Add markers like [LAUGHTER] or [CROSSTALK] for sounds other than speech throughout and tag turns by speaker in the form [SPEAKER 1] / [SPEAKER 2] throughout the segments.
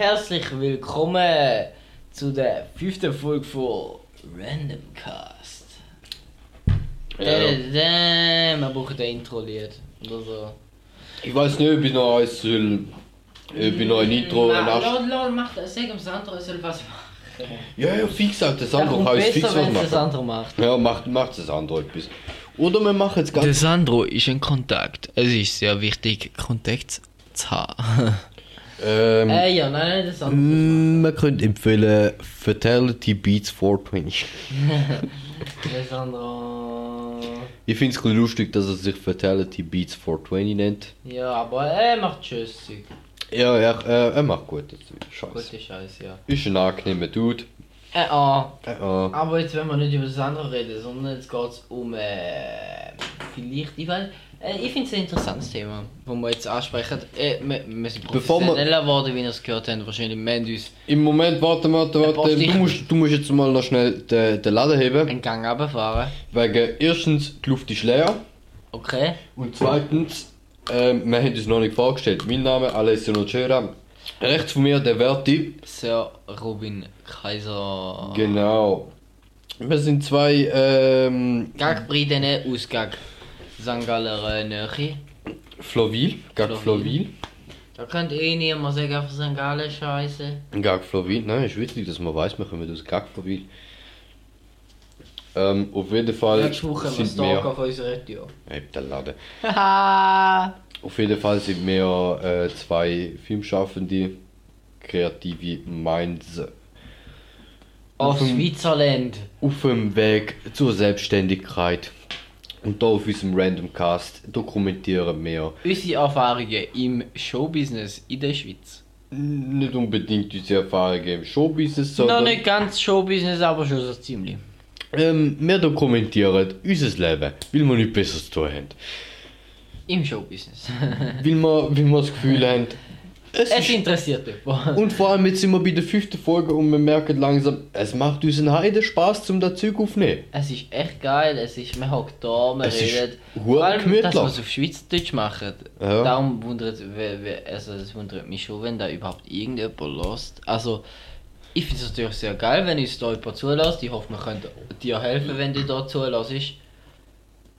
[SPEAKER 1] herzlich willkommen zu der fünften Folge von Randomcast.
[SPEAKER 2] Ja.
[SPEAKER 1] Ja. Wir brauchen ein Intro-Lied oder so.
[SPEAKER 2] Ich weiß nicht, ob ich noch eins soll. Ob ich noch ein
[SPEAKER 1] Hm,
[SPEAKER 2] Intro
[SPEAKER 3] Nein,
[SPEAKER 2] nach.
[SPEAKER 3] Lol, lol, mach das. Sag dem Sandro, er soll was machen.
[SPEAKER 2] Ja, ja, fix auch das
[SPEAKER 1] Der
[SPEAKER 2] andere.
[SPEAKER 1] kommt
[SPEAKER 2] Kann ich
[SPEAKER 1] besser,
[SPEAKER 2] fix was
[SPEAKER 1] wenn es der
[SPEAKER 2] machen.
[SPEAKER 1] Sandro macht.
[SPEAKER 2] Ja, macht, macht das andere etwas. Oder wir machen jetzt ganz.
[SPEAKER 1] Sandro ist ein Kontakt. Es ist sehr wichtig, Kontakt zu haben.
[SPEAKER 2] Ähm,
[SPEAKER 1] [LAUGHS] Äh, ja, nein, nein, der Sandro.
[SPEAKER 2] mm, man könnte empfehlen Fatality Beats 420.
[SPEAKER 1] Der Sandro.
[SPEAKER 2] Ich finde es lustig, dass er sich Fatality Beats 420 nennt.
[SPEAKER 1] Ja, aber äh, er macht tschüss.
[SPEAKER 2] Ja, er, er, er macht gut. Scheiße.
[SPEAKER 1] Gute Scheiße, ja.
[SPEAKER 2] Ist ein angenehmer Dude.
[SPEAKER 1] Äh, ah.
[SPEAKER 2] Äh, äh.
[SPEAKER 1] Aber jetzt wollen wir nicht über das andere reden, sondern jetzt geht es um äh, vielleicht, ich weiß, äh, ich finde es ein interessantes Thema, das wir jetzt ansprechen. Äh, wir, wir sind
[SPEAKER 2] Bevor wir-
[SPEAKER 1] professioneller geworden, wie ihr es gehört habt, wahrscheinlich. Wir haben uns
[SPEAKER 2] Im Moment, warte, warte,
[SPEAKER 1] Passt
[SPEAKER 2] warte. Du
[SPEAKER 1] nicht.
[SPEAKER 2] musst, du musst jetzt mal noch schnell den, den Laden heben.
[SPEAKER 1] einen Gang runterfahren.
[SPEAKER 2] Wegen erstens, die Luft ist leer.
[SPEAKER 1] Okay.
[SPEAKER 2] Und zweitens, ähm, wir haben uns noch nicht vorgestellt. Mein Name Alessio Nocera. Rechts von mir der Verti.
[SPEAKER 1] Sir Robin Kaiser.
[SPEAKER 2] Genau. Wir sind zwei, ähm,
[SPEAKER 1] Gag Bridene aus Gag Sangaler Nöchi.
[SPEAKER 2] Flovil. Gag Flovil.
[SPEAKER 1] Flovil. Da könnt eh niemand sagen, was Sangale Scheiße.
[SPEAKER 2] Gag Flovil. Nein, ist wichtig, dass man weiß, wir kommen aus Gag Flovil. Ähm, auf jeden Fall
[SPEAKER 1] Nächste Woche haben wir
[SPEAKER 2] sind
[SPEAKER 1] Stalk
[SPEAKER 2] wir...
[SPEAKER 1] auf unserem Radio.
[SPEAKER 2] Ey, der Laden.
[SPEAKER 1] Haha!
[SPEAKER 2] Auf jeden Fall sind wir äh, zwei Filmschaffende, kreative Minds
[SPEAKER 1] Auf
[SPEAKER 2] Auf dem-
[SPEAKER 1] Switzerland.
[SPEAKER 2] auf dem Weg zur Selbstständigkeit. Und da auf unserem Random Cast dokumentieren wir
[SPEAKER 1] Unsere Erfahrungen im Showbusiness in der Schweiz.
[SPEAKER 2] nicht unbedingt unsere Erfahrungen im Showbusiness,
[SPEAKER 1] Noch
[SPEAKER 2] sondern
[SPEAKER 1] nicht ganz Showbusiness, aber schon so ziemlich.
[SPEAKER 2] ähm, wir dokumentieren unser Leben, weil wir nichts Besseres zu tun haben.
[SPEAKER 1] Im Showbusiness. [LAUGHS]
[SPEAKER 2] Weil wir, weil wir das Gefühl haben, es
[SPEAKER 1] es
[SPEAKER 2] ist...
[SPEAKER 1] interessiert jemanden.
[SPEAKER 2] Und vor allem jetzt sind wir bei der fünften Folge und wir merken langsam, es macht uns einen Heiden Spaß, um das Zeug aufzunehmen.
[SPEAKER 1] Es ist echt geil, es ist, man hockt da, man
[SPEAKER 2] Es ist
[SPEAKER 1] redet.
[SPEAKER 2] hure
[SPEAKER 1] Vor allem, dass
[SPEAKER 2] gemütlich.
[SPEAKER 1] wir es auf Schweizerdeutsch machen.
[SPEAKER 2] Ja.
[SPEAKER 1] Darum wundert, wer- wer- also es wundert mich schon, wenn da überhaupt irgendjemand lässt. Also, ich finde es natürlich sehr geil, wenn uns da jemand zulässt. Ich hoffe, wir können dir helfen, wenn du da zulässt.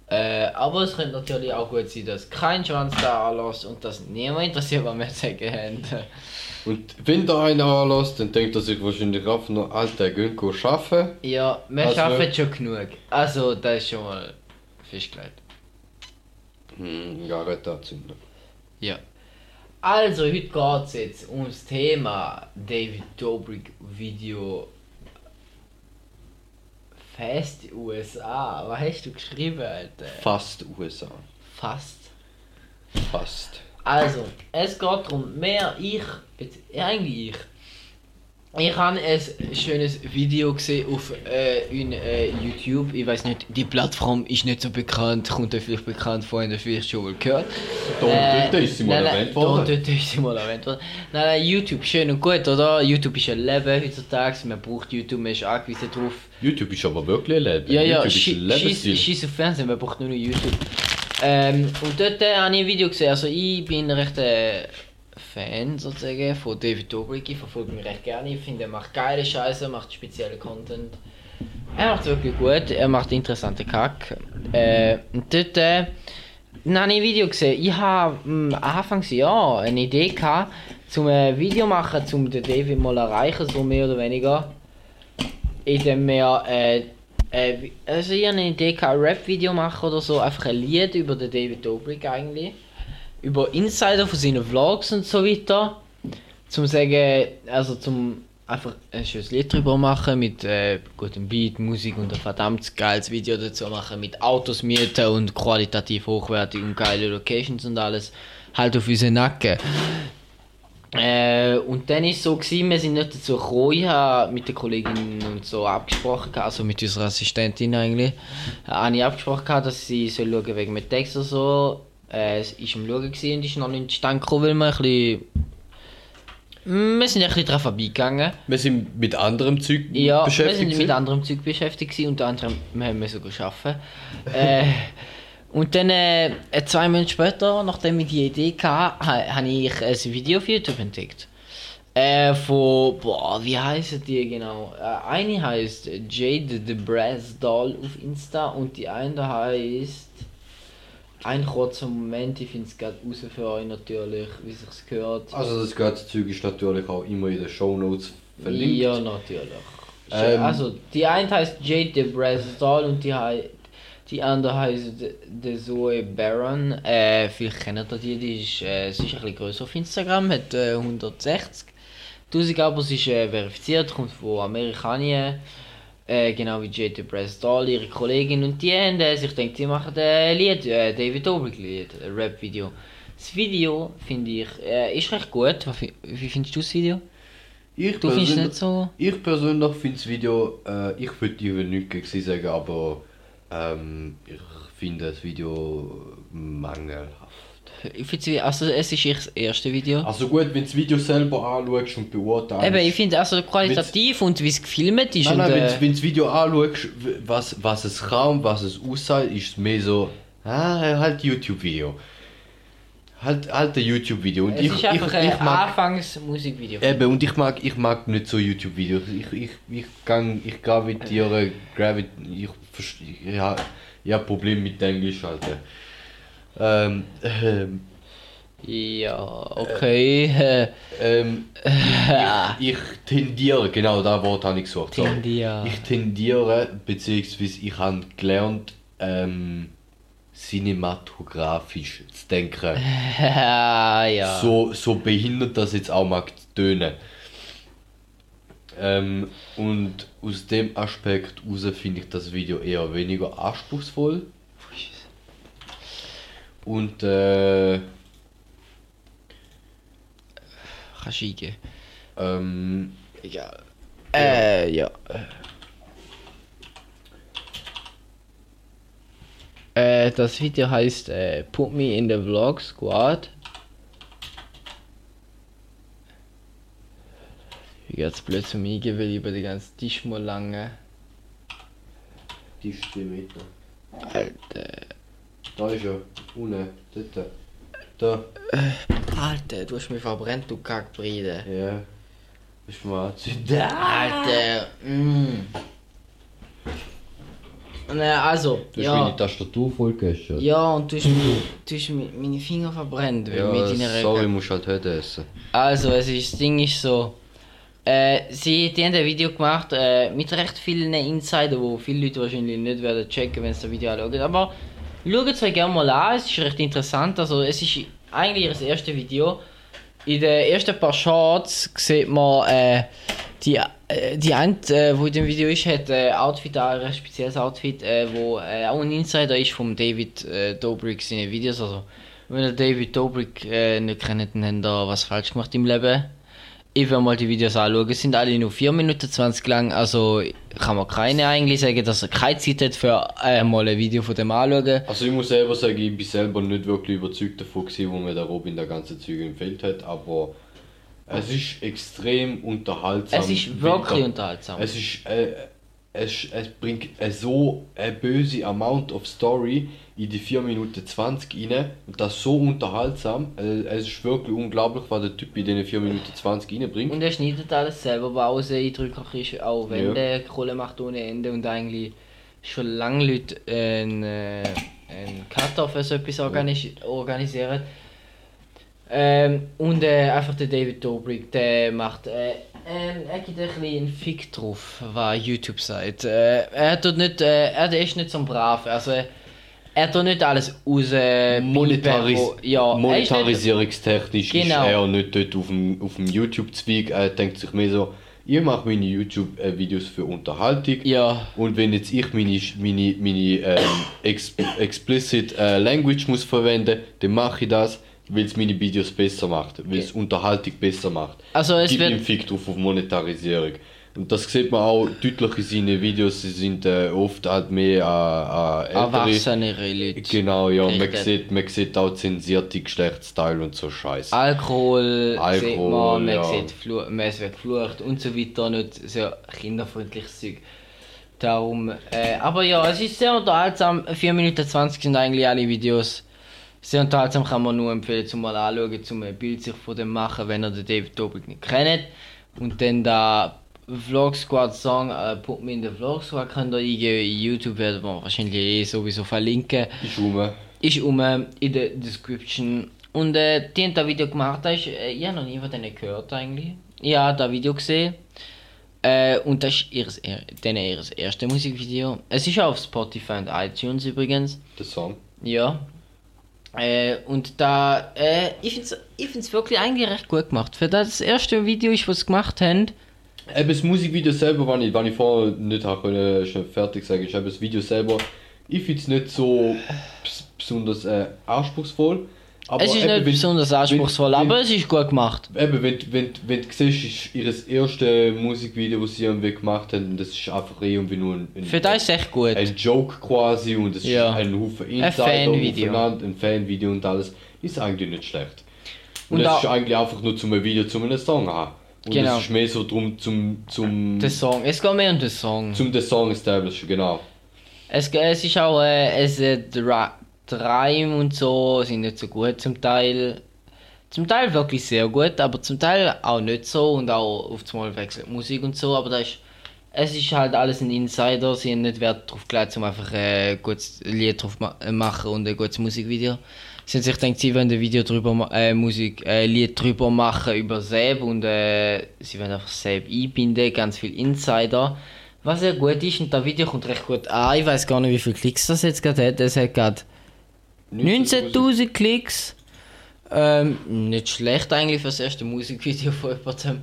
[SPEAKER 1] Äh, aber es könnte natürlich auch gut sein, dass kein Schwanz da anlässt und dass niemand interessiert, was wir zu sagen [LAUGHS] haben.
[SPEAKER 2] Und wenn da einer anlässt, dann denkt er sich wahrscheinlich auf, nur Alter, gehen go arbeiten.
[SPEAKER 1] Ja, wir
[SPEAKER 2] Also-
[SPEAKER 1] schaffen schon genug. Also, das ist schon mal festgelegt.
[SPEAKER 2] Hm, ja, geht da zünden.
[SPEAKER 1] Ja. Also, heute geht es jetzt ums Thema David Dobrik Video Fest USA. Was hast du geschrieben, Alter?
[SPEAKER 2] Fast USA.
[SPEAKER 1] Fast.
[SPEAKER 2] Fast.
[SPEAKER 1] Also, es geht darum, mehr ich, jetzt, ja, eigentlich ich. Ich habe ein schönes Video gesehen auf äh, in, äh, YouTube. Ich weiß nicht, die Plattform ist nicht so bekannt, kommt euch vielleicht bekannt vor, habt ihr vielleicht schon mal gehört. Äh,
[SPEAKER 2] Da und dort ist sie mal
[SPEAKER 1] nein, nein,
[SPEAKER 2] erwähnt worden.
[SPEAKER 1] Da und dort ist sie mal erwähnt worden. Nein, nein, YouTube, schön und gut, oder? YouTube ist ein Leben heutzutage, man braucht YouTube, man ist angewiesen drauf.
[SPEAKER 2] YouTube ist aber wirklich ein Leben.
[SPEAKER 1] Ja, ja,
[SPEAKER 2] YouTube ist ein Lebensstil.
[SPEAKER 1] schieß auf Fernsehen, man braucht nur noch YouTube. Ähm, und dort äh, habe ich ein Video gesehen. Also, ich bin recht äh, Fan sozusagen von David Dobrik. Ich verfolge ihn recht gerne. Ich finde, er macht geile Scheiße, er macht speziellen Content. Er macht wirklich gut, er macht interessante Kack. Äh, und dort äh, dann habe ich ein Video gesehen. Ich habe am Anfang ja eine Idee gehabt, zum ein Video machen, um den David mal erreichen, so mehr oder weniger. Indem wir, äh, äh, wie- also ich habe eine Idee gehabt, ein Rap-Video machen oder so, einfach ein Lied über den David Dobrik eigentlich. Über Insider von seinen Vlogs und so weiter. Zum sagen, also zum einfach ein schönes Lied drüber machen mit äh, gutem Beat, Musik und ein verdammt geiles Video dazu machen mit Autos mieten und qualitativ hochwertig und geile Locations und alles. Halt auf unseren Nacken. Äh, und dann ist so gewesen, wir sind nicht dazu gekommen, ich habe mit der Kollegin und so abgesprochen, gehabt, also mit unserer Assistentin eigentlich, äh, habe ich abgesprochen, gehabt, dass sie soll schauen wegen dem Text oder so. Äh, es ist im Schauen gewesen und ist noch nicht zustande gekommen, weil wir ein bisschen... Mm, Wir sind ein bisschen dran vorbeigegangen.
[SPEAKER 2] Wir sind mit anderem Zeug
[SPEAKER 1] Ja, wir
[SPEAKER 2] beschäftigt.
[SPEAKER 1] sind mit
[SPEAKER 2] gewesen.
[SPEAKER 1] anderem Zeug beschäftigt gewesen, unter anderem, wir haben müssen go arbeiten. äh, und dann, äh, äh, zwei Monate später, nachdem ich die Idee hatte, ha, habe ich ein Video auf YouTube entdeckt. Äh, von, boah, wie heißen die genau? Äh, eine heißt Jade the Brass Doll auf Insta und die andere heißt. Ein kurzer Moment, ich finde es gerade raus für euch natürlich, wie sich's gehört.
[SPEAKER 2] Also das ganze Zeug ist natürlich auch immer in den Shownotes verlinkt.
[SPEAKER 1] Ja, natürlich.
[SPEAKER 2] Ähm.
[SPEAKER 1] also, die eine heißt Jade de Brazdal und die, hei- die andere heißt De- De Zoe Baron. Äh, vielleicht kennt ihr die, die ist, äh, sie ist ein bisschen größer auf Instagram, hat äh, 160. 1000 Abos ist äh, verifiziert, kommt von Amerikanien. Äh, genau wie Jade de Brazdal, ihre Kollegin und die haben äh, sich denkt, die machen äh, Lied, äh, David Dobrik Lied, ein Rap-Video. Das Video, finde ich, äh, ist recht gut. Was fi- Wie findest du das Video?
[SPEAKER 2] Ich
[SPEAKER 1] Du findest es
[SPEAKER 2] persönlich-
[SPEAKER 1] nicht so...
[SPEAKER 2] Ich persönlich finde das Video, äh, ich würde über nichts gegen sie sagen, aber ähm, ich finde das Video mangelhaft.
[SPEAKER 1] Ich find's wie- also es ist ich das erste Video.
[SPEAKER 2] Also gut, wenn du das Video selber anschaust und beurteilst.
[SPEAKER 1] Eben, ich finde also qualitativ und wie es gefilmt ist
[SPEAKER 2] nein,
[SPEAKER 1] und
[SPEAKER 2] nein, wenn,
[SPEAKER 1] äh,
[SPEAKER 2] du- wenn du das Video anschaust, w- was, was es kann, und was es aussagt, ist es mehr so, ah, halt YouTube-Video. Halt, halt ein YouTube-Video. Und
[SPEAKER 1] es
[SPEAKER 2] ich,
[SPEAKER 1] ist
[SPEAKER 2] ich,
[SPEAKER 1] einfach ein
[SPEAKER 2] ich mag
[SPEAKER 1] Anfangsmusikvideo.
[SPEAKER 2] Eben, und ich mag, ich mag nicht so YouTube-Videos. Ich, ich, ich, gang, ich gravitiere, gravit, ich verstehe, ich habe hab Probleme mit Englisch, Alter. Ähm, ähm,
[SPEAKER 1] Ja, okay. [LAUGHS] Äh,
[SPEAKER 2] ähm, ich, ich tendiere, genau, das Wort habe ich gesucht. sorry.
[SPEAKER 1] Tendiere.
[SPEAKER 2] Ich tendiere, beziehungsweise ich habe gelernt, ähm, cinematografisch zu denken.
[SPEAKER 1] [LAUGHS] ja.
[SPEAKER 2] so, so behindert das jetzt auch mag tönen. Ähm, und aus dem Aspekt raus finde ich das Video eher weniger anspruchsvoll. Und äh,
[SPEAKER 1] Kannst du eingehen.
[SPEAKER 2] ähm,
[SPEAKER 1] Egal. Äh, ja. Äh, das Video heißt äh, Put Me in the Vlog Squad. Ich geh jetzt blöd zum Eingehen, weil ich über den ganzen Tisch mal lange.
[SPEAKER 2] die Stimme. da.
[SPEAKER 1] Alter.
[SPEAKER 2] Da ist er. Unten. Dort. Da.
[SPEAKER 1] Alter, du hast mich verbrennt, du Kackbride.
[SPEAKER 2] Ja. Ist mal anzünden.
[SPEAKER 1] Alter. Mm. Na, also.
[SPEAKER 2] Du hast
[SPEAKER 1] ja.
[SPEAKER 2] meine Tastatur vollgeschert.
[SPEAKER 1] Ja, und du hast, mi- du hast mi- meine Finger verbrennt weil mit deiner
[SPEAKER 2] sorry, musst halt heute essen.
[SPEAKER 1] Also, es ist, das Ding ist so. Äh, sie die haben ein Video gemacht äh, mit recht vielen Insider, wo viele Leute wahrscheinlich nicht werden checken, wenn sie das Video anschauen. Aber schaut es euch gerne mal an, es ist recht interessant. Also, es ist eigentlich ihr erstes Video. In den ersten paar Shots sieht man, äh, die, äh, die eine, äh, wo in dem Video ist, hat ein Outfit an, ein spezielles Outfit, äh, wo äh, auch ein Insider ist von David äh, Dobrik seine Videos. Also, wenn ihr David Dobrik äh, nicht kennt, dann habt ihr was falsch gemacht im Leben. Ich will mal die Videos anschauen. Es sind alle nur 4 Minuten 20 lang, also kann man keine eigentlich sagen, dass er keine Zeit hat für äh, mal ein Video von dem anschauen.
[SPEAKER 2] Also ich muss selber sagen, ich bin selber nicht wirklich überzeugt davon gewesen, wo mir der Robin der ganze Zeug empfiehlt hat, aber es ist extrem unterhaltsam.
[SPEAKER 1] Es ist
[SPEAKER 2] weil
[SPEAKER 1] wirklich
[SPEAKER 2] der-
[SPEAKER 1] unterhaltsam.
[SPEAKER 2] Es ist, äh, es, es bringt äh, so eine böse Amount of Story in die 4 Minuten 20 rein und das so unterhaltsam. Äh, es ist wirklich unglaublich, was der Typ in diesen 4 Minuten 20 reinbringt.
[SPEAKER 1] Und er schneidet alles selber, was auch sehr eindrücklich ist, auch wenn
[SPEAKER 2] Ja.
[SPEAKER 1] der Kohle macht ohne Ende und eigentlich schon lange Leute einen, äh, einen Cutter für so etwas organis organisieren. Ähm, und äh, einfach der David Dobrik, der macht, äh, ähm, er gibt ein bisschen einen Fick drauf, was YouTube sagt. Äh, er tut nicht, äh, er ist nicht so brav, also äh, er tut nicht alles raus. Äh,
[SPEAKER 2] Monetaris
[SPEAKER 1] wo- ja, er ist nicht-
[SPEAKER 2] monetarisierungstechnisch
[SPEAKER 1] Genau.
[SPEAKER 2] ist er nicht dort auf dem, auf dem YouTube-Zweig. Er denkt sich mehr so, ich mache meine YouTube-Videos für Unterhaltung.
[SPEAKER 1] Ja.
[SPEAKER 2] Und wenn jetzt ich meine, meine, meine ähm, ex explicit äh, Language muss verwenden, dann mache ich das, weil es meine Videos besser macht, weil es Unterhaltung besser macht.
[SPEAKER 1] Also es
[SPEAKER 2] Gib
[SPEAKER 1] wird-
[SPEAKER 2] ihm Fick drauf auf Monetarisierung. Und das sieht man auch deutlich in seinen Videos, sie sind äh, oft halt mehr an, an ältere
[SPEAKER 1] Erwachsenere Leute.
[SPEAKER 2] Genau, ja, man
[SPEAKER 1] Richtig.
[SPEAKER 2] sieht, man sieht auch zensierte Geschlechtsteile und so Scheiße.
[SPEAKER 1] Alkohol,
[SPEAKER 2] Alkohol,
[SPEAKER 1] sieht man, man
[SPEAKER 2] ja.
[SPEAKER 1] sieht Flu man es wird geflucht und so weiter, nicht so kinderfreundliches Zeug. Darum, äh, aber ja, es ist sehr unterhaltsam, 4 Minuten 20 sind eigentlich alle Videos. Sehr unterhaltsam kann man nur empfehlen, zum mal anschauen, zum ein Bild sich von dem machen, wenn ihr den David Dobrik nicht kennt. Und dann da Vlog Squad Song, äh, put me in the Vlog Squad, könnt ihr eingeben. In YouTube werden wir wahrscheinlich eh sowieso verlinken.
[SPEAKER 2] Ist rum.
[SPEAKER 1] Ist um in der Description. Und äh, die haben da Video gemacht, da ist, äh, ich habe noch nie von denen gehört eigentlich. Ich habe da Video gesehen. Äh, und das ist ihres, er- denen ihres erste Musikvideo. Es ist auch auf Spotify und iTunes übrigens.
[SPEAKER 2] Der Song.
[SPEAKER 1] Ja. Äh, und da, äh, ich finde es ich find's wirklich eigentlich recht gut gemacht. Für das das erste Video, ist, was sie gemacht haben,
[SPEAKER 2] Eben das Musikvideo selber, wenn ich, wenn ich vorher nicht habe können, schon fertig sagen, ist eben das Video selber, ich finde es nicht so bs- besonders äh, anspruchsvoll. Aber
[SPEAKER 1] es ist
[SPEAKER 2] eben,
[SPEAKER 1] nicht
[SPEAKER 2] wenn-
[SPEAKER 1] besonders anspruchsvoll,
[SPEAKER 2] wenn,
[SPEAKER 1] aber es ist gut gemacht.
[SPEAKER 2] wenn, Eben, wenn, wenn, wenn du siehst, ist ihr erstes Musikvideo, das sie irgendwie gemacht haben, das ist einfach eh irgendwie nur ein, ein,
[SPEAKER 1] Für das ist es echt gut.
[SPEAKER 2] ein Joke quasi und es
[SPEAKER 1] Ja.
[SPEAKER 2] ist ein Haufen
[SPEAKER 1] Fanvideo.
[SPEAKER 2] aufeinander, ein Fanvideo und alles, ist eigentlich nicht schlecht.
[SPEAKER 1] Und
[SPEAKER 2] Und es
[SPEAKER 1] auch-
[SPEAKER 2] ist eigentlich einfach nur zum ein Video zu einem Song haben. Und
[SPEAKER 1] Genau.
[SPEAKER 2] es ist mehr so drum zum, zum
[SPEAKER 1] Der Song, es geht mehr um den Song.
[SPEAKER 2] zum den Song establishen, genau.
[SPEAKER 1] Es, es ist auch, äh, es, äh, der Reim und so sind nicht so gut zum Teil. Zum Teil wirklich sehr gut, aber zum Teil auch nicht so und auch auf einmal wechselt die Musik und so, aber das ist, es ist halt alles ein Insider, sie haben nicht Wert drauf gelegt, um einfach äh, ein gutes Lied drauf ma äh, machen und ein gutes Musikvideo. Sie haben sich gedacht, sie wollen ein Video drüber, ma- äh, Musik, äh, Lied drüber machen über Seb und äh, sie wollen einfach Seb einbinden, ganz viel Insider. Was sehr gut ist und das Video kommt recht gut an. Ich weiß gar nicht, wie viele Klicks das jetzt gerade hat. Es hat gerade 19.000 Klicks. Ähm, nicht schlecht eigentlich für das erste Musikvideo von jemandem.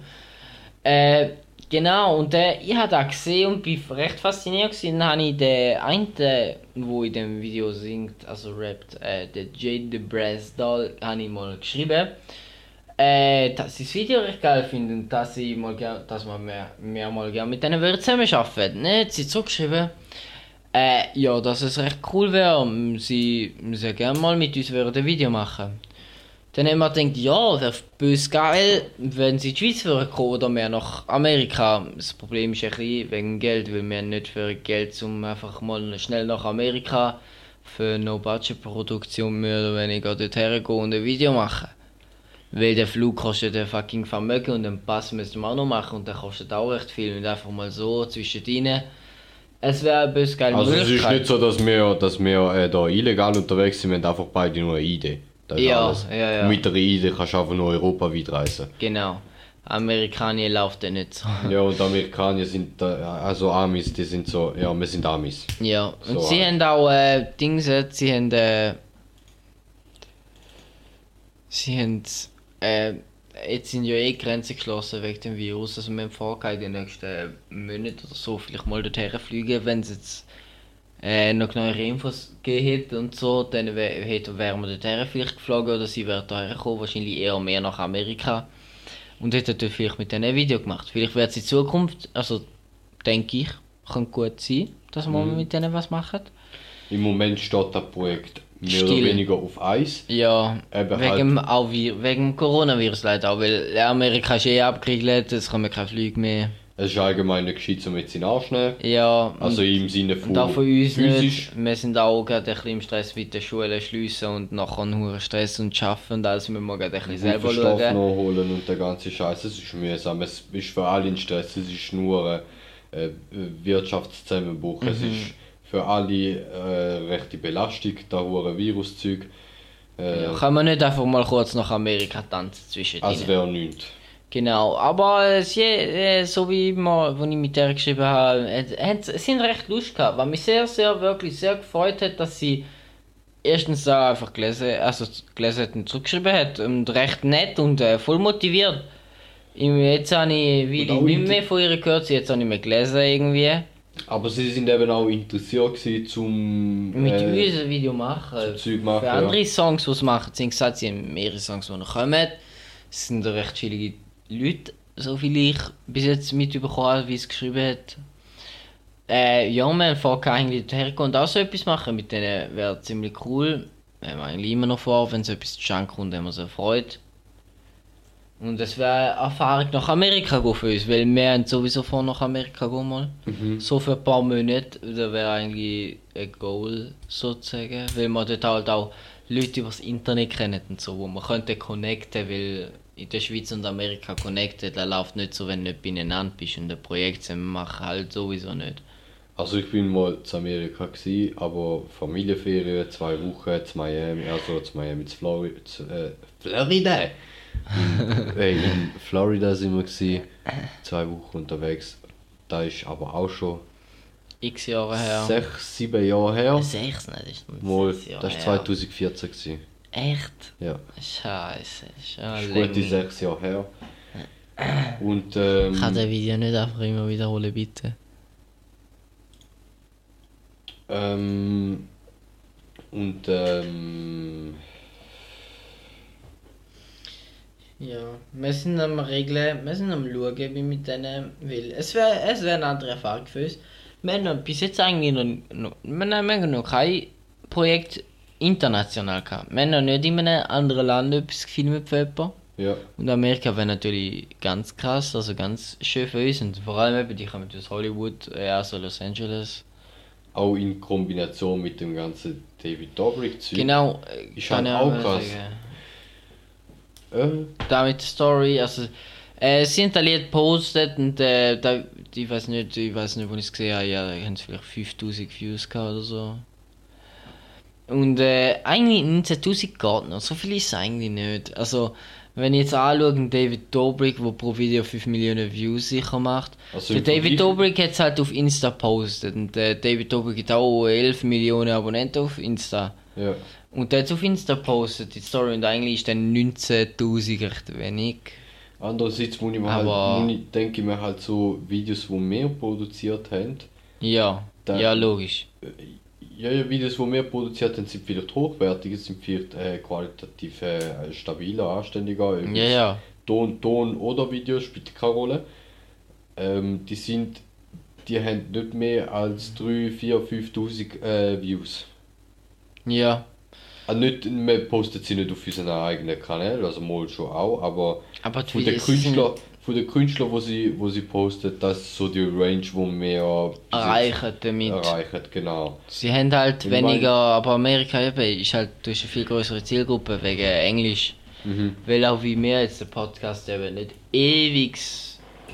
[SPEAKER 1] Äh, genau, und äh, ich habe das gesehen und bin recht fasziniert gewesen. Dann habe ich den einen, der in dem Video singt, also rappt, äh, der Jade the Brassdoll, habe ich mal geschrieben. Äh, dass ich das Video recht geil finde und dass ich mal gern, dass man mehr, mehr mal gerne mit denen würde zusammenarbeiten. Ne, hat sie zurückgeschrieben. Äh, ja, dass es recht cool wäre, m, sie sehr gerne mal mit uns würden ein Video machen. Dann haben wir gedacht, ja, wäre bös geil, wenn sie in die Schweiz würden kommen oder mehr nach Amerika. Das Problem ist ein bisschen wegen Geld, weil wir haben nicht für Geld zum einfach mal schnell nach Amerika für No-Budget-Produktion mehr oder weniger dorthin gehen und ein Video machen. Weil der Flug kostet ein fucking Vermögen und den Pass müssen wir auch noch machen und der kostet auch recht viel und einfach mal so zwischendrin. Es wäre eine bös geile
[SPEAKER 2] Also es ist
[SPEAKER 1] Möglichkeit.
[SPEAKER 2] nicht so, dass wir, dass wir äh, da illegal unterwegs sind, wir haben einfach beide nur eine Idee. Das ist
[SPEAKER 1] Ja,
[SPEAKER 2] alles.
[SPEAKER 1] ja, ja.
[SPEAKER 2] Und Mit der Idee kannst du einfach nur europaweit reisen.
[SPEAKER 1] Genau. Amerikaner laufen da nicht so.
[SPEAKER 2] [LAUGHS] Ja, und die Amerikaner sind, äh, also Amis, die sind so, ja, wir sind Amis.
[SPEAKER 1] Ja, und
[SPEAKER 2] So
[SPEAKER 1] sie haben
[SPEAKER 2] halt.
[SPEAKER 1] auch äh, Dings, äh, sie haben äh, sie haben äh, jetzt sind ja eh Grenzen geschlossen wegen dem Virus, also wir haben vorgehabt, in den nächsten äh, Monaten oder so vielleicht mal dorthin fliegen, wenn es jetzt äh, noch neuere Infos gegeben hätte und so, dann wär- hätte- wären wir dorthin vielleicht geflogen oder sie wären daher gekommen, wahrscheinlich eher mehr nach Amerika und hätten dort vielleicht mit denen ein Video gemacht. Vielleicht wird es in Zukunft, also denke ich, kann gut sein, dass wir mit denen was machen.
[SPEAKER 2] Im Moment steht das Projekt mehr
[SPEAKER 1] Still.
[SPEAKER 2] oder weniger auf Eis.
[SPEAKER 1] Ja,
[SPEAKER 2] Eben halt.
[SPEAKER 1] wegen, auch wie, wegen Coronavirus leider auch, weil Amerika ist eh abgeriegelt, es kommen keine Flüge mehr.
[SPEAKER 2] Es ist allgemein nicht gescheit, um jetzt in den Arsch zu nehmen.
[SPEAKER 1] Ja,
[SPEAKER 2] Also
[SPEAKER 1] und,
[SPEAKER 2] im Sinne von,
[SPEAKER 1] und auch von uns
[SPEAKER 2] physisch.
[SPEAKER 1] nicht. Wir sind auch gerade ein bisschen im Stress mit den Schulen schliessen und nachher einen hohen Stress und arbeiten und alles müssen wir gerade ein bisschen selber
[SPEAKER 2] Stoff
[SPEAKER 1] schauen.
[SPEAKER 2] nachholen und der ganze Scheiß. Es ist mühsam, es ist für alle ein Stress, es ist nur ein äh, Wirtschaftszusammenbruch, es
[SPEAKER 1] Mhm.
[SPEAKER 2] ist für alle äh, rechte Belastung, da hure Viruszeug. Äh,
[SPEAKER 1] Ja, können wir nicht einfach mal kurz nach Amerika tanzen zwischen
[SPEAKER 2] Also wäre nichts.
[SPEAKER 1] Genau, aber äh, sie, äh, so wie immer, wo ich mit der geschrieben habe, äh, haben sie- sind recht lustig gehabt, was mich sehr, sehr, wirklich sehr gefreut hat, dass sie erstens da einfach gelesen, also gelesen hat und zurückgeschrieben hat und recht nett und äh, voll motiviert. Ich, jetzt habe ich
[SPEAKER 2] Und
[SPEAKER 1] wieder
[SPEAKER 2] auch
[SPEAKER 1] nicht
[SPEAKER 2] inter-
[SPEAKER 1] mehr von ihr gehört, sie jetzt auch nicht mehr gelesen irgendwie.
[SPEAKER 2] Aber sie sind eben auch interessiert gewesen, zum
[SPEAKER 1] Mit
[SPEAKER 2] äh,
[SPEAKER 1] uns ein Video machen.
[SPEAKER 2] so Zeug machen,
[SPEAKER 1] Für
[SPEAKER 2] ja.
[SPEAKER 1] andere Songs, die sie machen, sie haben gesagt, sie haben mehrere Songs, die noch kommen. Es sind recht viele Leute, so viel ich bis jetzt mitbekommen habe, wie es geschrieben hat. Äh, ja, wir haben vor, eigentlich herkommen und auch so etwas machen. Mit denen wäre ziemlich cool. Haben wir eigentlich immer noch vor, wenn so etwas zustande kommt, haben wir uns erfreut. Und das wäre eine Erfahrung nach Amerika gehen für uns, weil wir haben sowieso vor, nach Amerika gehen mal.
[SPEAKER 2] Mhm.
[SPEAKER 1] So für ein paar Monate, das wäre eigentlich ein Goal sozusagen, weil man dort halt auch Leute übers Internet kennen und so, wo man könnte connecten, weil in der Schweiz und Amerika connected, da läuft nicht so, wenn du nicht beieinander bist und ein Projekt zusammen machen halt sowieso nicht.
[SPEAKER 2] Also ich bin mal zu Amerika gewesen, aber Familienferien, zwei Wochen zu Miami, also zu Miami, zu Florida, zu, äh, Florida!
[SPEAKER 1] [LAUGHS]
[SPEAKER 2] In, äh, in Florida sind wir gewesen, zwei Wochen unterwegs. Da ist aber auch schon
[SPEAKER 1] X Jahre her.
[SPEAKER 2] sechs, sieben Jahre her.
[SPEAKER 1] Sechs, nein, das ist nicht
[SPEAKER 2] Mal,
[SPEAKER 1] sechs Jahre
[SPEAKER 2] das war
[SPEAKER 1] her.
[SPEAKER 2] 2014 gewesen.
[SPEAKER 1] Echt?
[SPEAKER 2] Ja,
[SPEAKER 1] Scheiße,
[SPEAKER 2] das
[SPEAKER 1] schon
[SPEAKER 2] ist gute
[SPEAKER 1] länger.
[SPEAKER 2] sechs Jahre her. Und ähm,
[SPEAKER 1] Ich kann das Video nicht einfach immer wiederholen, bitte.
[SPEAKER 2] Ähm, und ähm,
[SPEAKER 1] Ja, wir sind am Regeln, wir sind am Schauen, wie mit denen will. Es wäre es wär eine andere Erfahrung für uns. Wir haben noch, bis jetzt eigentlich noch, noch, wir haben wir haben noch kein Projekt international gehabt. Wir haben noch nicht in einem anderen Land etwas gefilmt für jemanden.
[SPEAKER 2] ja,
[SPEAKER 1] Und Amerika wäre natürlich ganz krass, also ganz schön für uns. Und vor allem eben, die kommen aus Hollywood, äh, also Los Angeles.
[SPEAKER 2] auch in Kombination mit dem ganzen David Dobrik-Zeug.
[SPEAKER 1] Genau, äh,
[SPEAKER 2] Ist
[SPEAKER 1] kann
[SPEAKER 2] halt
[SPEAKER 1] ich
[SPEAKER 2] auch
[SPEAKER 1] mal
[SPEAKER 2] krass.
[SPEAKER 1] sagen.
[SPEAKER 2] Äh,
[SPEAKER 1] da mit der Story, also äh, es sind da Lied gepostet und äh, da, ich weiß nicht, ich weiß nicht, wo ich es gesehen habe, ja, da haben es vielleicht 5000 Views gehabt oder so. Und äh, eigentlich 19.000 geht noch, so viel ist es eigentlich nicht. Also, wenn ich jetzt anschaue, den David Dobrik, der pro Video 5 Millionen Views sicher macht,
[SPEAKER 2] Also
[SPEAKER 1] der
[SPEAKER 2] im
[SPEAKER 1] David
[SPEAKER 2] Vergleich-
[SPEAKER 1] Dobrik hat es halt auf Insta gepostet und äh, David Dobrik hat auch 11 Millionen Abonnenten auf Insta.
[SPEAKER 2] ja.
[SPEAKER 1] Und der hat auf Insta gepostet, die Story, und eigentlich ist dann 19.000 recht wenig.
[SPEAKER 2] Andererseits muss ich, mir
[SPEAKER 1] Aber-
[SPEAKER 2] halt, muss ich, denke ich mir halt so Videos, die wir produziert haben.
[SPEAKER 1] Ja,
[SPEAKER 2] Da-
[SPEAKER 1] ja, logisch.
[SPEAKER 2] Ja, ja, Videos, die wir produziert haben, sind vielleicht hochwertiger, sind vielleicht äh, qualitativ äh, stabiler, anständiger.
[SPEAKER 1] Ja, ja.
[SPEAKER 2] Ton, Ton oder Video spielt keine Rolle. Ähm, die sind, die haben nicht mehr als 3, 4, 5'000 äh, Views.
[SPEAKER 1] Ja.
[SPEAKER 2] Also nicht, wir posten sie nicht auf unseren eigenen Kanal, also mal schon auch, aber
[SPEAKER 1] Aber die
[SPEAKER 2] von den
[SPEAKER 1] Videos sind
[SPEAKER 2] Künstlern, von den Künstlern, wo sie, wo sie posten, das ist so die Range, wo wir bis jetzt
[SPEAKER 1] erreichen damit.
[SPEAKER 2] erreichen, genau.
[SPEAKER 1] Sie haben halt
[SPEAKER 2] Ich meine-
[SPEAKER 1] weniger, aber Amerika eben ist halt durch eine viel größere Zielgruppe wegen Englisch.
[SPEAKER 2] Mhm.
[SPEAKER 1] Weil auch wie wir jetzt den Podcast eben nicht ewig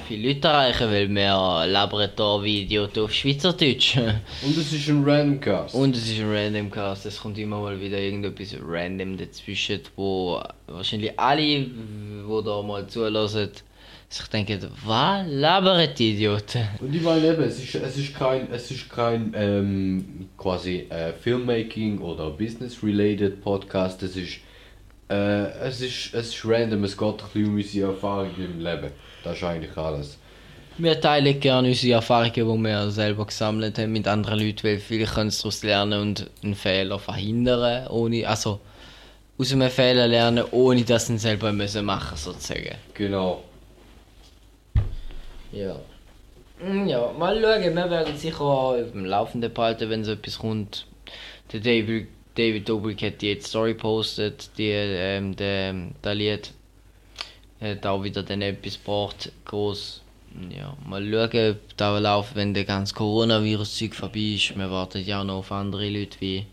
[SPEAKER 1] viele Leute erreichen, weil wir labern da Video auf Schweizerdeutsch. [LAUGHS]
[SPEAKER 2] Und es ist ein Random Cast.
[SPEAKER 1] Und es ist ein Random Cast, es kommt immer mal wieder irgendetwas Random dazwischen, wo wahrscheinlich alle, die da mal zulassen, sich denken, was labert die Idioten?
[SPEAKER 2] Und ich meine eben, es ist, es ist kein, es ist kein ähm, quasi äh, Filmmaking oder Business-related Podcast, es ist, äh, es ist, es ist random, es geht ein bisschen um unsere Erfahrungen im Leben. Das ist eigentlich alles.
[SPEAKER 1] Wir teilen gerne unsere Erfahrungen, die wir selber gesammelt haben mit anderen Leuten, weil viele können daraus lernen und einen Fehler verhindern, ohne, also aus einem Fehler lernen, ohne dass sie ihn selber müssen machen sozusagen.
[SPEAKER 2] Genau.
[SPEAKER 1] Ja. Mm, Ja, mal schauen, wir werden sicher auch auf dem Laufenden behalten, wenn so etwas kommt. Der David, David Dobrik hat die jetzt Story postet, die, ähm, der, der Lied hat auch wieder dann etwas gebracht, groß. Hm, Ja, mal schauen, ob da läuft, wenn der ganze Coronavirus-Zeug vorbei ist. Wir warten ja auch noch auf andere Leute wie.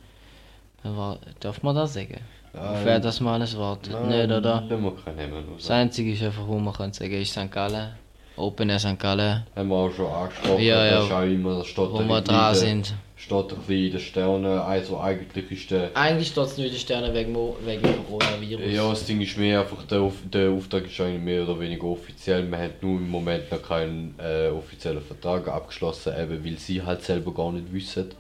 [SPEAKER 1] wir war- Darf man das sagen? Auf
[SPEAKER 2] Ähm,
[SPEAKER 1] wer das mal alles wartet? Nicht, oder?
[SPEAKER 2] Nehmen wir keinen Namen raus.
[SPEAKER 1] Das einzige ist einfach, wo man kann sagen, ist St. Gallen. Open Air St. Gallen,
[SPEAKER 2] Haben wir auch schon angesprochen,
[SPEAKER 1] Ja, ja.
[SPEAKER 2] das ist auch immer, das steht
[SPEAKER 1] wo
[SPEAKER 2] ein
[SPEAKER 1] wir
[SPEAKER 2] bisschen
[SPEAKER 1] dran
[SPEAKER 2] in der-
[SPEAKER 1] sind.
[SPEAKER 2] Steht ein bisschen in den Sternen, also eigentlich ist der
[SPEAKER 1] Eigentlich steht es nicht in den Sternen wegen, Mo- wegen Coronavirus.
[SPEAKER 2] Ja, das Ding ist mehr einfach, der, Auf der Auftrag ist eigentlich mehr oder weniger offiziell. Wir haben nur im Moment noch keinen äh, offiziellen Vertrag abgeschlossen, eben weil sie halt selber gar nicht wissen,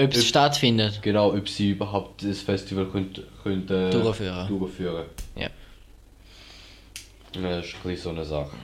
[SPEAKER 1] Ob es stattfindet.
[SPEAKER 2] genau, ob sie überhaupt das Festival könnt, könnt, äh,
[SPEAKER 1] Durchführen.
[SPEAKER 2] durchführen.
[SPEAKER 1] Ja.
[SPEAKER 2] Ja, Das ist ein bisschen so eine Sache.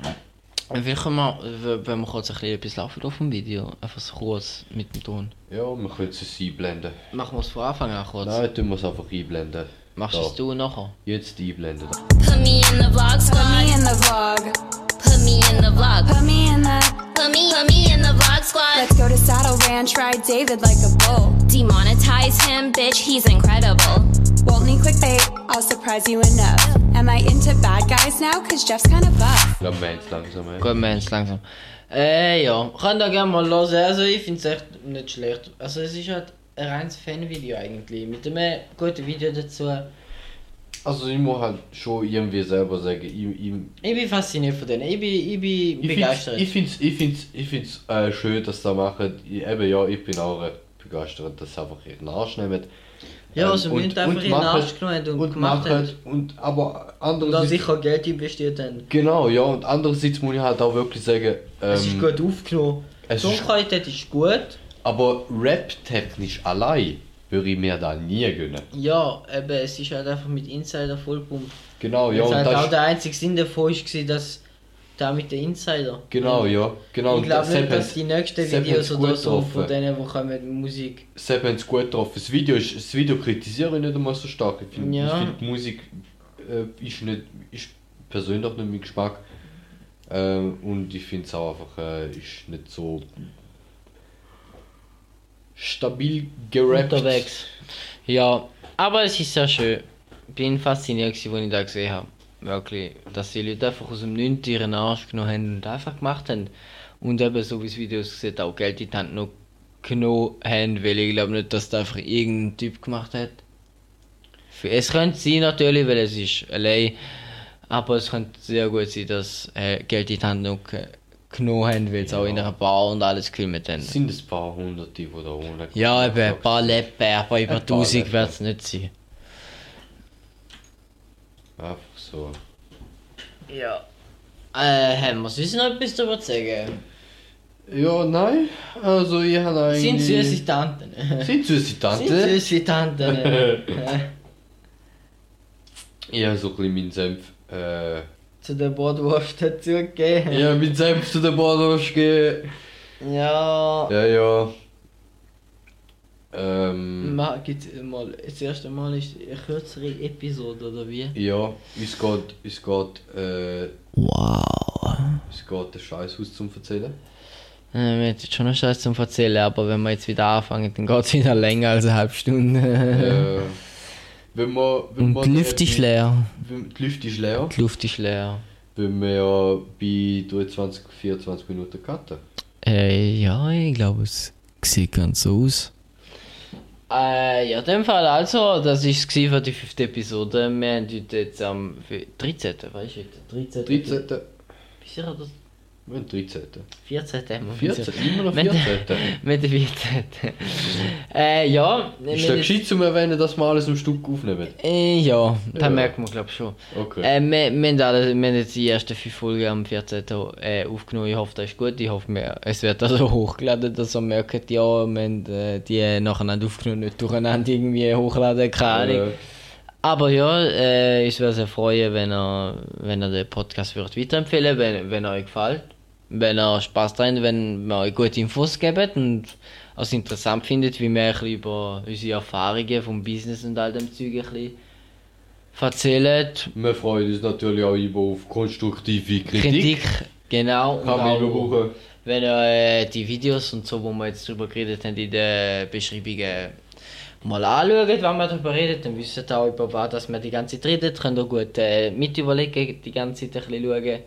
[SPEAKER 1] Und Vielleicht können wir, w- wenn wir kurz ein bisschen etwas laufen auf dem Video, einfach so kurz mit dem Ton.
[SPEAKER 2] Ja, wir können es einblenden.
[SPEAKER 1] Machen wir es von Anfang an kurz.
[SPEAKER 2] Nein, tun wir es einfach einblenden.
[SPEAKER 1] Machst
[SPEAKER 2] Da.
[SPEAKER 1] es du nachher?
[SPEAKER 2] Jetzt einblenden.
[SPEAKER 4] Put me in the vlog
[SPEAKER 5] Put
[SPEAKER 4] squad.
[SPEAKER 5] me in the vlog.
[SPEAKER 4] Put me in the vlog.
[SPEAKER 5] Put me in the.
[SPEAKER 4] Put me, put me in the vlog squad.
[SPEAKER 5] Let's go to Saddle Ranch, ride David like a bull.
[SPEAKER 4] Demonetize him, bitch. He's incredible.
[SPEAKER 5] Won't need clickbait, I'll surprise you enough. Am I into bad guys now? Cause Jeff's kinda buff.
[SPEAKER 2] Ich glaube, wir haben es langsam. ey.
[SPEAKER 1] Gut, wir haben es langsam. Äh, ja. Könnt ihr gerne mal hören. Also, ich finde es echt nicht schlecht. Also, es ist halt ein reines Fanvideo eigentlich. Mit einem guten Video dazu.
[SPEAKER 2] Also ich muss halt schon irgendwie selber sagen, ich, ich,
[SPEAKER 1] Ich bin fasziniert von denen. Ich bin, ich bin
[SPEAKER 2] ich find's,
[SPEAKER 1] begeistert.
[SPEAKER 2] ich find's, ich find's, ich find's äh, schön, dass sie das machen. Ich, eben ja, ich bin auch recht begeistert, dass sie einfach ihren Arsch Ähm, nehmen.
[SPEAKER 1] Ja, also wir haben einfach ihren
[SPEAKER 2] machen-
[SPEAKER 1] Arsch genommen und gemacht
[SPEAKER 2] machen, Und, aber
[SPEAKER 1] Und da
[SPEAKER 2] andererseits...
[SPEAKER 1] sicher Geld investiert haben.
[SPEAKER 2] Genau, ja, und andererseits muss ich halt auch wirklich sagen,
[SPEAKER 1] Es ist
[SPEAKER 2] ähm,
[SPEAKER 1] gut aufgenommen. Die
[SPEAKER 2] es ist-
[SPEAKER 1] Tonqualität ist gut.
[SPEAKER 2] aber rap-technisch allein würde ich mir da nie gönnen.
[SPEAKER 1] Ja, eben, es ist halt einfach mit Insider vollpumpt.
[SPEAKER 2] Genau, ja,
[SPEAKER 1] das
[SPEAKER 2] und
[SPEAKER 1] halt auch
[SPEAKER 2] das ist,
[SPEAKER 1] der einzige Sinn davon war, dass da mit den Insider.
[SPEAKER 2] Genau, ja, genau.
[SPEAKER 1] Ich
[SPEAKER 2] und
[SPEAKER 1] glaube
[SPEAKER 2] Sepp
[SPEAKER 1] nicht, dass
[SPEAKER 2] hat-
[SPEAKER 1] die nächsten
[SPEAKER 2] Sepp
[SPEAKER 1] Videos
[SPEAKER 2] hat's
[SPEAKER 1] oder
[SPEAKER 2] gut
[SPEAKER 1] so von
[SPEAKER 2] getroffen.
[SPEAKER 1] denen, die kommen mit Musik.
[SPEAKER 2] Sepp hat es gut getroffen. Das Video, ist, das Video kritisiere ich nicht einmal so stark. Ich finde
[SPEAKER 1] Ja.
[SPEAKER 2] ich find, die Musik äh, ist, nicht, ist persönlich nicht mein Geschmack. Äh, und ich finde es auch einfach äh, ist nicht so stabil gerappt.
[SPEAKER 1] Unterwegs. Ja, aber es ist sehr schön. Bin fasziniert, gewesen, als ich da gesehen habe. Wirklich, dass die Leute einfach aus dem Nichts ihren Arsch genommen haben und einfach gemacht haben. Und eben, so wie das Video aussieht, auch Geld in die Hand noch genommen haben, weil ich glaube nicht, dass das einfach irgendein Typ gemacht hat. Für- Es könnte sein natürlich, weil es ist allein, aber es könnte sehr gut sein, dass äh, Geld in die Hand noch ge- genommen haben, weil es auch in einer Bar und alles gefilmt haben.
[SPEAKER 2] Es sind ein paar hundert, die da ohne.
[SPEAKER 1] Ja, eben, ein paar Läppen, aber über
[SPEAKER 2] Ein paar
[SPEAKER 1] 1000
[SPEAKER 2] Läppen.
[SPEAKER 1] wird es nicht sein.
[SPEAKER 2] Einfach so.
[SPEAKER 1] Ja. Äh, haben wir sonst noch etwas darüber zu sagen?
[SPEAKER 2] Ja, nein. Also, ich habe
[SPEAKER 1] Sind
[SPEAKER 2] eigentlich.
[SPEAKER 1] süße Tanten.
[SPEAKER 2] Sind süße
[SPEAKER 1] Sind
[SPEAKER 2] Tante.
[SPEAKER 1] süße Tanten.
[SPEAKER 2] [LAUGHS]
[SPEAKER 1] Äh,
[SPEAKER 2] Ich habe so ein bisschen meinen Senf. Äh,
[SPEAKER 1] Zu der Boardwurf dazugegeben.
[SPEAKER 2] ja, meinen Senf zu den Bordos gegeben.
[SPEAKER 1] Ja.
[SPEAKER 2] Ja, ja. Ähm,
[SPEAKER 1] Ma, gibt's mal, das erste Mal ist eine kürzere Episode, oder wie?
[SPEAKER 2] ja, es geht, es geht, äh,
[SPEAKER 1] Wow.
[SPEAKER 2] es geht ein Scheißhaus zum
[SPEAKER 1] [LAUGHS]
[SPEAKER 2] Erzählen.
[SPEAKER 1] Äh, wir hätten jetzt schon noch Scheiß zum Erzählen, aber wenn wir jetzt wieder anfangen, dann geht es wieder länger als eine halbe Stunde.
[SPEAKER 2] äh, wenn man, wenn
[SPEAKER 1] Und
[SPEAKER 2] man
[SPEAKER 1] die Luft ist leer.
[SPEAKER 2] Wenn, die Luft ist leer,
[SPEAKER 1] Die Luft ist leer.
[SPEAKER 2] wenn wir ja bei 23, 24 Minuten cutten.
[SPEAKER 1] Äh, ja, ich glaube, es sieht ganz so aus. Äh, ja, in dem Fall also, das war es für die fünfte Episode. Wir haben heute jetzt am fü- 13. Weißt du, heute 13.
[SPEAKER 2] 13.
[SPEAKER 1] Bist du sicher, dass
[SPEAKER 2] Wir haben 13.
[SPEAKER 1] 14. haben wir?
[SPEAKER 2] 14. Immer noch
[SPEAKER 1] Mit-
[SPEAKER 2] 14.
[SPEAKER 1] [LAUGHS] Mit der 14. äh, ja.
[SPEAKER 2] Ist
[SPEAKER 1] mit
[SPEAKER 2] da
[SPEAKER 1] der-
[SPEAKER 2] gescheit zu erwähnen, dass wir alles im Stück aufnehmen?
[SPEAKER 1] äh, ja, das
[SPEAKER 2] Ja.
[SPEAKER 1] merkt man, glaube ich, schon.
[SPEAKER 2] Okay.
[SPEAKER 1] Äh, wir, wir, haben alle, wir haben jetzt die ersten fünf Folgen am 14. Äh, aufgenommen. Ich hoffe, das ist gut. Ich hoffe, wir, es wird also [LAUGHS] hochgeladen, dass ihr merkt, ja, wir haben äh, die nacheinander aufgenommen, nicht durcheinander irgendwie hochladen, keine Ahnung.
[SPEAKER 2] Äh,
[SPEAKER 1] Aber ja, äh, ich würde sehr freuen, wenn ihr, wenn ihr den Podcast würdet weiterempfehlen wenn, wenn er euch gefällt. Wenn ihr Spaß dran habt, wenn wir euch gute Infos geben und es interessant findet, wie wir ein bisschen über unsere Erfahrungen vom Business und all dem Zeug ein bisschen erzählen.
[SPEAKER 2] wir freuen uns natürlich auch immer auf konstruktive
[SPEAKER 1] Kritik,
[SPEAKER 2] Kritik.
[SPEAKER 1] genau.
[SPEAKER 2] Kann man immer brauchen.
[SPEAKER 1] Wenn ihr äh, die Videos und so, wo wir jetzt drüber geredet haben, in der Beschreibung äh, mal anschaut, wenn wir darüber redet, dann wisst ihr auch, über was dass wir die ganze Zeit reden. Könnt ihr gut äh, mit überlegen, die ganze Zeit ein bisschen schauen,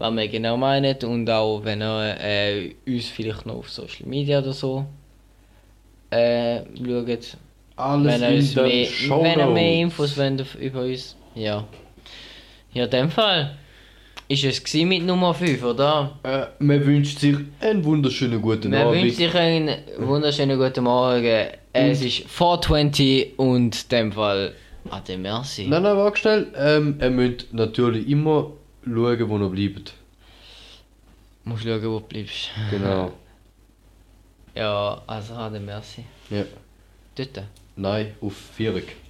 [SPEAKER 1] was wir genau meinen. Und auch, wenn ihr äh, uns vielleicht noch auf Social Media oder so äh, schaut.
[SPEAKER 2] Alles
[SPEAKER 1] Wenn ihr, uns
[SPEAKER 2] in den
[SPEAKER 1] mehr,
[SPEAKER 2] Show
[SPEAKER 1] wenn ihr mehr Infos wollt auf- über uns. Ja. Ja, in dem Fall ist es gewesen mit Nummer 5, oder?
[SPEAKER 2] Äh, man wünscht sich einen wunderschönen guten
[SPEAKER 1] Man
[SPEAKER 2] Abend.
[SPEAKER 1] wünscht sich einen wunderschönen guten Morgen. Es ist 420 und in dem Fall Ade Merci.
[SPEAKER 2] nein, nein, warte schnell. Ähm, ihr müsst natürlich immer schauen, wo ihr bleibt.
[SPEAKER 1] Musst schauen, wo du bleibst. [LAUGHS]
[SPEAKER 2] Genau.
[SPEAKER 1] Ja, also Ade Merci.
[SPEAKER 2] ja.
[SPEAKER 1] Dort.
[SPEAKER 2] Nein, auf Vierig.